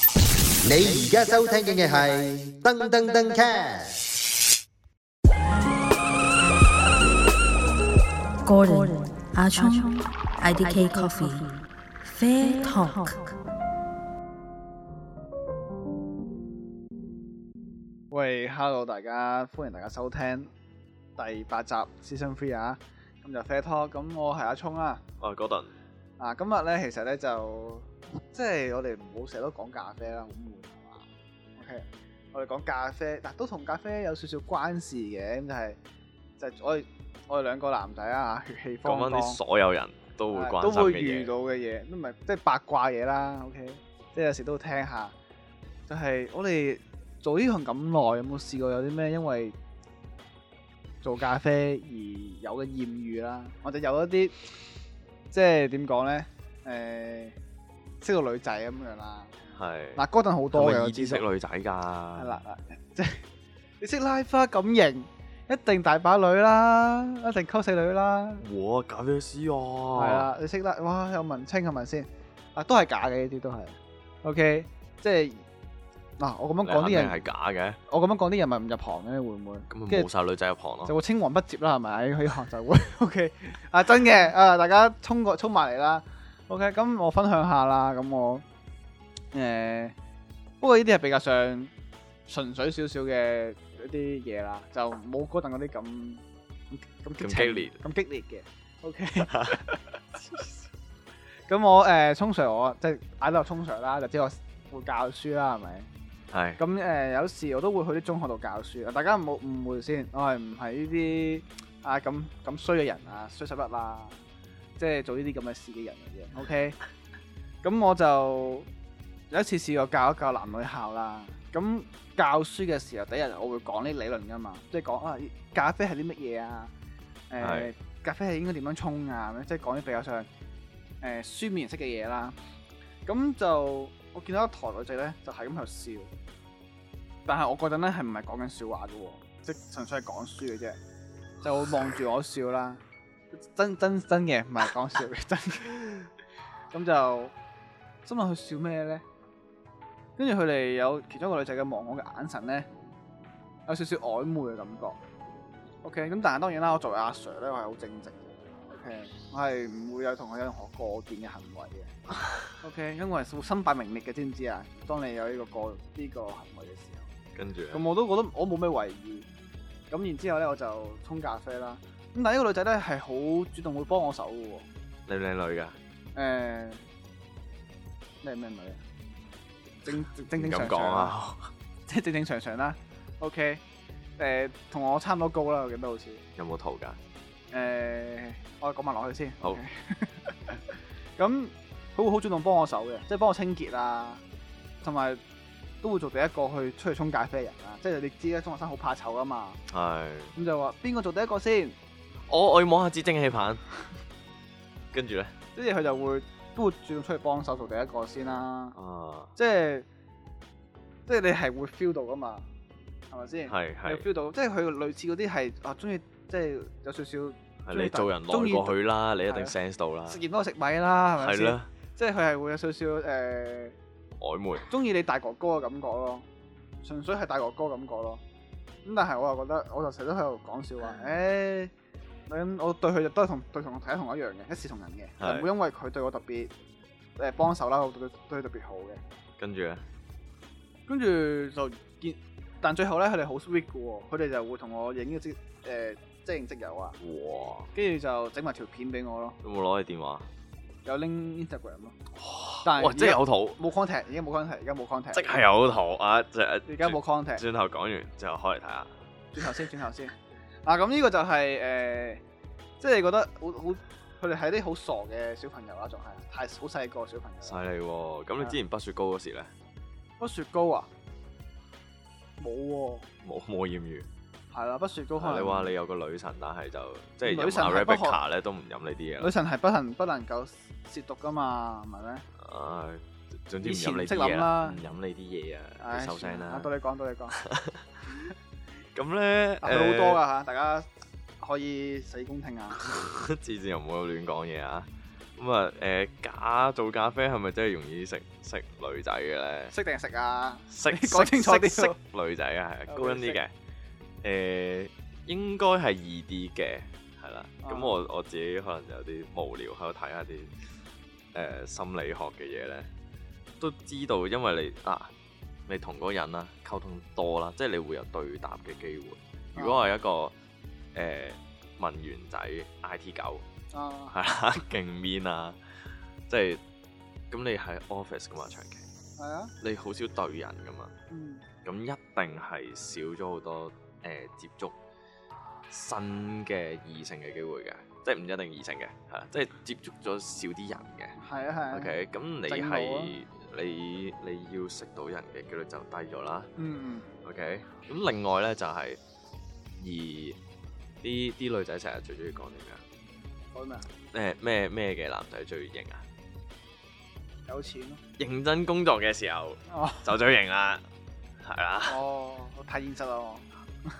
你而家收聽嘅係噔噔噔 cast。 Gordon 阿聰 IDK Coffee Fair Talk。喂，hello 大家，歡迎大家收聽第八集 Season Three 啊，咁就 Fair Talk，咁我係阿聰啊，我係 Gordon，啊今日咧其實咧就即係我哋唔好成日都講咖啡啦，好悶係嘛？OK，我哋講咖啡，嗱都同咖啡有少少關事嘅，咁就係、就係我哋我哋兩個男仔啊，血氣方講翻剛啲所有人都會係關都心會遇嘅到嘢，嘅嘢，都唔係即係八卦嘢啦。OK，即係有時都會聽下，就係、我哋做呢行咁耐，有冇試過有啲咩因為做咖啡而有嘅豔遇啦，或者有一啲即係點講咧？誒、識到女仔咁樣啦。係嗱，嗰陣好多係嘅咪我易啲知識識女仔㗎，係係啦，，即係你識拉花咁型，一定大把女啦，一定溝死女啦。哇咖啡師啊，係啦，你識得哇有文青係咪先？啊，都係假嘅呢啲都係。OK，即係嗱、我咁你樣講肯啲定人係，假嘅，我咁樣講啲人咪唔入行嘅，會唔會？咁咪啊跟冇住晒女仔入行就咯，會青黃不接啦，係咪？喺行就會 OK 啊，真嘅啊，大家衝過衝埋嚟啦。OK，咁我分享下啦，咁我誒、呃不過呢啲係比較上純粹少少嘅一啲嘢啦，就冇嗰陣嗰啲咁咁咁咁情激烈咁激烈嘅。OK，咁我誒、呃、聰 Sir 我即係嗌到我聰 Sir 啦，就知我會教書啦，係咪？係咁誒、呃有時我都會去啲中學度教書，大家唔好誤會先，我係唔係呢啲啊咁咁衰嘅人啊，衰十一啦，即係做呢啲咁嘅事嘅人嚟嘅。OK，咁我就有一次試過教一教男女校啦。咁教書嘅時候，第一日我會講啲理論噶嘛，即係講啊咖啡係啲乜嘢啊，誒、係咖啡係應該點樣沖啊，咁樣即係講啲比較上誒、呃、書面式嘅嘢啦。咁就我見到一台女仔咧，就係咁喺度笑。但係我嗰陣咧係唔係講緊笑話嘅喎，即係純粹係講書嘅啫，就望住我笑啦，真真真嘅，唔係講笑嘅，真嘅。咁就心諗佢笑咩咧？跟住佢哋有其中一個女仔嘅望我嘅眼神咧，有少少曖昧嘅感覺。OK，咁但係當然啦，我作為阿 Sir 咧，我係好正直嘅。OK，我係唔會有同佢有任何過電嘅行為嘅。OK，因為我係會身敗名裂嘅，知唔知啊？當你有呢個過呢、個行為嘅時候。跟住啊咁我都覺得我冇咩為意。咁然之後咧，我就沖咖啡啦。咁但係呢個女仔咧係好主動會幫我手嘅喎。靚唔靚女㗎？誒咩咩女啊？正正正唔正常敢常講，啊， 即係正正常常啦。OK，誒同我差唔多高啦，我記得好似。有冇圖㗎？誒、我講埋落去先。好 OK。咁佢會好主動幫我手嘅，即係幫我清潔啊，同埋都會做第一個去出去沖咖啡嘅人啦。即係你知啦，中學生好怕醜啊嘛。係，咁就話邊個做第一個先，我我要摸下支蒸氣棒，跟住咧，跟住佢就會都會主動出去幫手做第一個先啦。啊即係即係你係會 feel 到噶嘛，係咪先？係你係 feel 到，即係佢類似嗰啲係啊，中意即係有少少食係，你做人耐中意過去啦，你一係定啊 sense 到啦，鹽多過食米啦，係咪係先？啦，即係佢係會有少少誒曖昧中意你大哥哥嘅感覺咯，純粹係大哥哥感覺咯。咁但係我又覺得，我就成日都喺度講笑話，誒、咁我對佢就都係同對同睇同一樣嘅，一視同仁嘅，係就唔會因為佢對我特別誒幫手啦，我對佢對佢特別好嘅。跟住咧，跟住就見，但最後咧佢哋好 sweet 嘅喎，佢哋就會同我影一啲誒即影即友啊，哇，跟住就整埋條片俾我咯，有冇攞你電話？有拎 Instagram 咯。但係哇，即係有圖，冇 contact，而家冇 contact，而家冇 contact，即係有圖啊！即係而家冇 contact。轉頭講完之後開嚟睇下，轉頭先，轉頭先。 嗱咁呢個就係、誒、即係覺得好好，佢哋係啲好傻嘅小朋友啦，仲係太好細個小朋犀友。利喎！啊咁你之前北雪糕嗰時咧，不雪糕啊，冇喎、冇冇豔遇？係啦，不雪糕可能你話你有個女神，但係就即係女飲神係不可 Arabica 咧都唔飲呢啲嘢女啦。神係不能不能夠褻瀆噶嘛，唔係咩？唉，總之唔以前飲呢識啲諗嘢啦啦，唔飲呢啲嘢啊，唉你收聲算啊啦到。你講，到 你講。咁咧，佢好多㗎， 噶嚇，大家可以洗公聽啊。自自又唔好亂講嘢啊。咁啊誒假做咖啡係咪真係容易識識女仔嘅咧？識定係食啊？識你 講清楚啲哦識識女仔啊，係 Okay，高音啲嘅。誒應該係易啲嘅，係啦。咁啊我我自己可能有啲無聊喺度睇下啲誒心理學嘅嘢咧，都知道因為你啊，你同嗰個人啦溝通多啦，即係你會有對答嘅機會。哦如果我係一個誒、文員仔 I T 狗。啊，係啦， 勁 mean 啊！即係咁你喺 office 噶嘛，長期係啊，你好少對人噶嘛，嗯，咁一定係少咗好多誒、呃接觸新嘅異性嘅機會嘅，即係唔一定異性嘅，係啦，即係接觸咗少啲人嘅。係啊，係啊 OK，咁你正路係啊你你要識到人嘅幾率就低咗啦。嗯 OK，咁另外咧就係、而啲啲女仔成日最中意講點樣？嗯，講咩啊？誒咩咩嘅男仔最型啊？有錢咯，認真工作嘅時候哦，。就最型啦，係啦哦，我太現實啦我，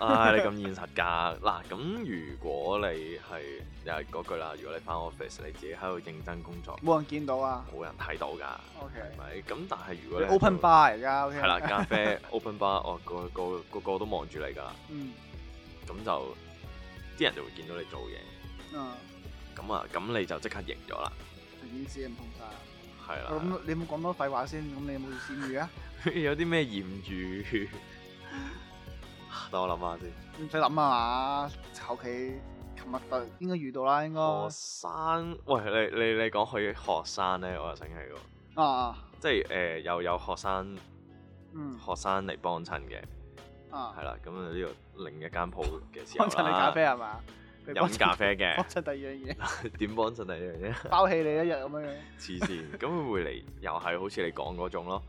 唉，你咁現實㗎嗱，咁如果你係又係嗰句啦，如果你翻 office 你自己喺度認真工作，冇人見到啊冇人睇到㗎，係，OK，咪？咁但係如你果你 open bar 而家，OK，係啦，咖啡 open bar，哦，個個個個都望住你㗎啦，嗯，咁就啲人就會見到你做嘢，啊，咁啊，咁你就即刻型咗啦，件事唔同晒啊，係啦。咁你冇講多廢話先，咁你有冇閃遇啊？ 有啲咩豔遇？ 等我諗下先。唔使諗啊嘛，後期琴日就應該遇到啦，應該學生，喂，你你你講去學生咧，我又醒起喎，啊，即係誒、呃又有學生嗯，學生嚟幫襯嘅，啊係，啦，咁啊呢度另一間鋪嘅時候幫啦襯你咖啡 係嘛？佢幫襯飲咖啡嘅，幫襯 第二樣嘢，點幫襯第二樣啫？包起你一日咁樣樣，黐線，咁佢會嚟又係好似你講嗰種咯，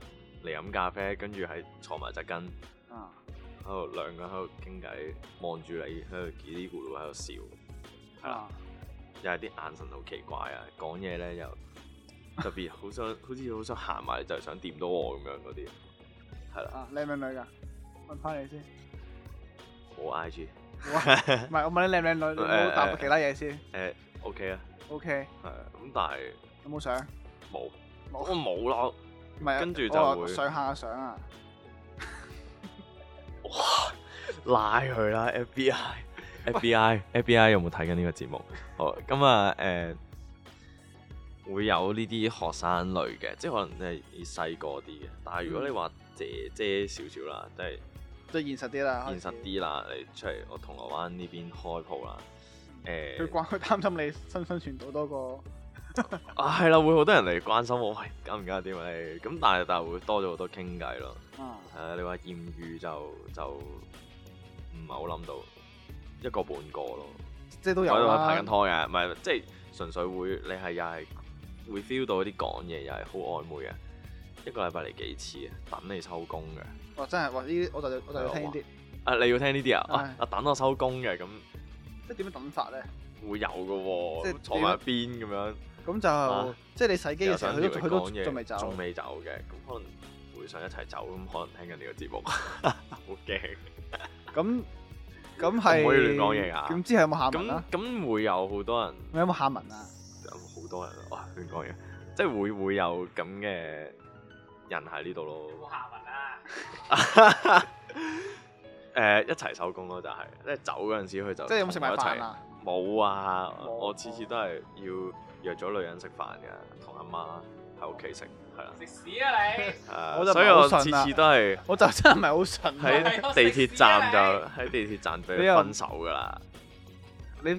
嚟飲咖啡，跟住喺坐埋隻根啊，喺度兩個人喺度傾偈，望住你喺度嘰哩咕嚕喺度笑，係啦。啊，又係啲眼神好奇怪啊，講嘢咧又特別好想，好似好想行埋嚟就係想掂到我咁樣嗰啲，係啦，啊，靚唔靚女㗎？問翻你 先。冇 I 哎 G，哇唔係，我問你靚唔靚女，你冇答其他嘢先。誒 OK 啊， OK，係啊咁但係有冇相？冇，我冇，冇咯，唔係啊跟住就我話會上下相啊。拉佢啦 FBI FBI FBI 有冇睇緊呢個節目？好咁啊誒，會有呢啲學生類嘅，即係可能係細個啲嘅，但係如果你話姐姐少少啦，即係。即係現實啲啦，現實啲啦，你出嚟我銅鑼灣呢邊開鋪啦，開誒、始。佢關佢擔心你身生存到多過啊係啦，會好多人嚟關心我，喂，搞唔搞得掂啊你？咁但係但係會多咗好多傾偈咯。啊誒、你話豔遇就就唔係好諗到一個半個咯，即係都我有喺度拍啦緊。拖嘅，唔係即係純粹會你係又係會 feel 到啲講嘢又係好曖昧嘅，一個禮拜嚟幾次啊，等你收工嘅。哇！真係哇！呢啲我就我就要聽呢啲，啊，你要聽呢啲啊？啊唉啊，等我收工嘅咁啊即係點樣等法咧？會有嘅喎、即係坐埋一邊咁樣。咁啊就即係你洗機又嘅時候，想佢撩佢都佢講都嘢，仲未走。仲未走嘅，咁可能會想一齊走，咁可能聽緊呢個節目， 好驚。咁咁係唔可以亂講嘢㗎咁之後有冇下文咁啊？咁會有好多人，有冇下文啊？有好多人哇亂講嘢，即係會會有咁嘅人喺呢度咯。下文啊！ 誒一齊收工咯，就係即係走嗰陣時，佢就即係有冇食同我埋一飯齊？啊？冇啊！冇我次次都係要約咗女人食飯嘅，同阿媽喺屋企食，係啦食屎啊你！係啊我就唔所以係好我次信啦次都係。我就真係唔係好信啊。喺地鐵站就喺地鐵站俾你又佢分手噶啦，你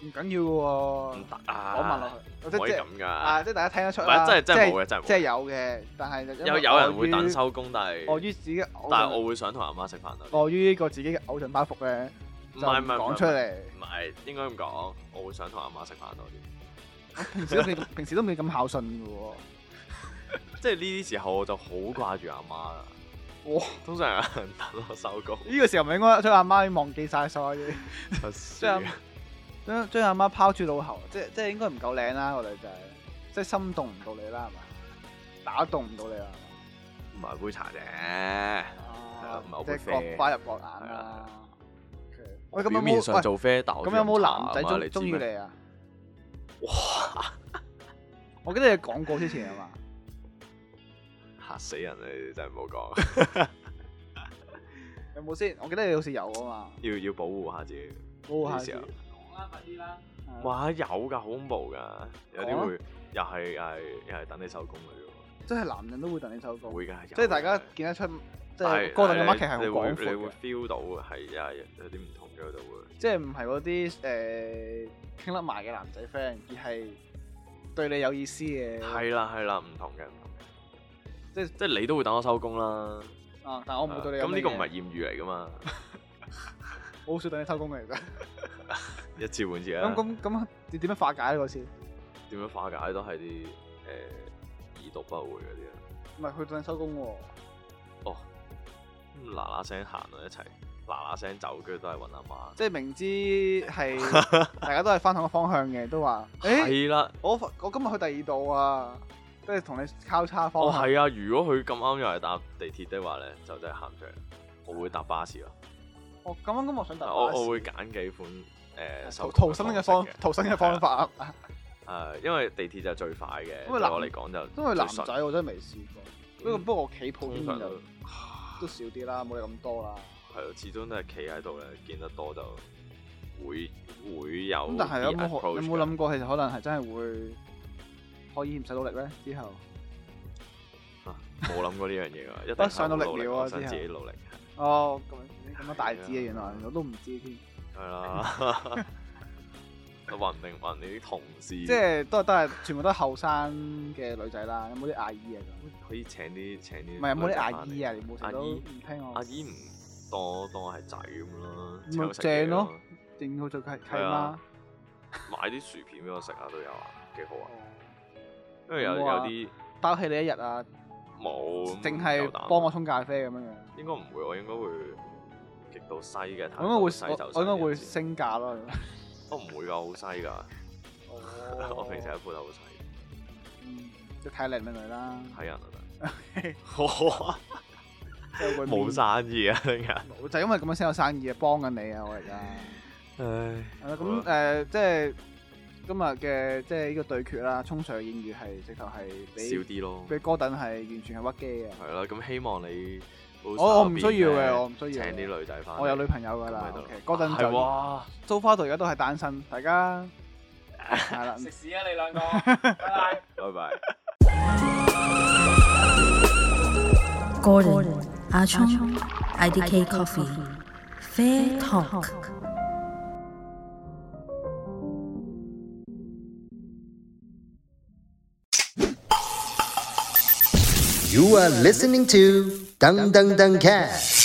唔緊要嘅唔喎。得啊！我問落去，唔即可以係咁噶啊，，即係大家睇得出唔啦，係真係真係即冇嘅，真係即係冇嘅。有嘅，但係就因有為有人礙會於等，收工，但礙係於自己偶像，但係我會想同阿媽食飯咯。礙於呢個自己嘅偶像包袱咧，唔就係唔係講唔出係嚟。唔係應該咁講，我會想同阿媽食飯多啲。平時都 未平時都未咁孝順嘅喎，即係呢啲時候我就好掛住阿媽啦。哇！通常有人等我收 工，呢個時候咪應該將阿媽忘記晒所有嘢， 出事係將將阿媽拋諸腦後，即即係應該唔夠靚啦，個女仔，即係心動唔到你啦，係嘛？打動唔到你啦，唔係杯茶啫。係係啊嘛唔係好即會係各啡花入各眼係啊啦。OK 喂，咁有表面上冇做啡，但喂我咁有冇男仔中中中意？你啊？哇！我記得你講過之前係嘛？嚇死人！你真係唔好講，有冇先？我記得你好似有啊嘛。要要保護下自己。我下呢時啊候講啦，快啲啦。哇！有㗎，好恐怖㗎，有講啲啊會又係又係又係等你收工嘅即係男人都會等你收喎，工，會㗎，有哦即係大家㗎見得出，即但係高等嘅但 market 係好你會廣你闊會嘅， feel 到係又係有啲唔同嘅度會。即係唔係嗰啲誒傾得埋嘅男仔 friend，而係對你有意思嘅。係啦係啦，唔同嘅唔同嘅，即係即係你都會等我收工啦。啊，但我唔會對你有咁呢個乜唔嘢係豔遇嚟噶 嘛？我好少等你收工嘅，其實。一次半次啊咁。咁咁，你點樣化解呢個先？點樣化解都係啲誒已讀不回嗰啲啊。唔係佢等你收工喎，哦，咁嗱嗱聲行啊，一齊嗱嗱聲走，跟住都係揾阿媽。即係明知係 大家都係翻同一個方向嘅，都話誒，係啦，我我今日去第二度啊，即係同你交叉哦方向。係啊，如果佢咁啱又係搭地鐵的話咧，就真係喊出嚟。我會搭巴士咯，我哦咁啱咁，我想搭我巴士啊我會揀幾款誒逃收逃生嘅方式嘅逃生嘅方法啊，誒，因為地鐵就最快嘅，因對為男我嚟講就因為男最順仔啊我真係未試過。不過嗯不過我企鋪通邊常就都都少啲啦，冇你咁多啦。係咯，始終都係企喺度咧，見得多就會會有咁但係有冇 approach 可有㗎冇諗過其實可能係真係會可以唔使努力咧？之後啊冇諗過呢樣嘢㗎，一定不係上到力好努了啊我想之後自己努力哦咁啊咁樣大致嘅原來我都唔知添，係 啦。話唔定話你啲同事即係都係都係全部都係後生嘅女仔啦。有冇啲阿姨啊咁？可以請啲請啲唔係有冇女啲仔阿返嚟姨啊？你冇成阿日都姨唔聽我阿姨唔當我當我係仔咁咯，咪請我食正嘢咯咯，正好做契契係媽啊。買啲薯片俾我食下都有啊，幾好 啊！哦因為有有有冇啊啲包起你一日啊，冇，淨夠係膽幫我沖咖啡咁樣樣。應該唔會，我應該會極到西嘅態我度，應該會西就我我應該西會嘅升價咯。我唔會㗎，好西㗎。 我平時喺鋪頭好西，嗯都睇靚唔靚女 啦，睇人啊 得。 哇！冇晒，生意啊，聽日。就因為咁樣先有生意啊，幫緊你啊，我而家。唉，係啊啦咁誒，即係今日嘅即係呢個對決啦，沖上艷遇係直頭係少俾啲咯。俾哥頓係完全係屈機嘅。啊係啦，咁希望你我我唔需要嘅，我唔需請要嘅。啲女仔翻。我有女朋友㗎啊咁啦咪得咯，OK，哥頓係就哇，租花到而家都係單身，大家係啦。屎啊你兩個，拜拜。拜拜。 Gordon, Achong, IDK Coffee, Fair Talk. You are listening to Dung Dung Dung Cat.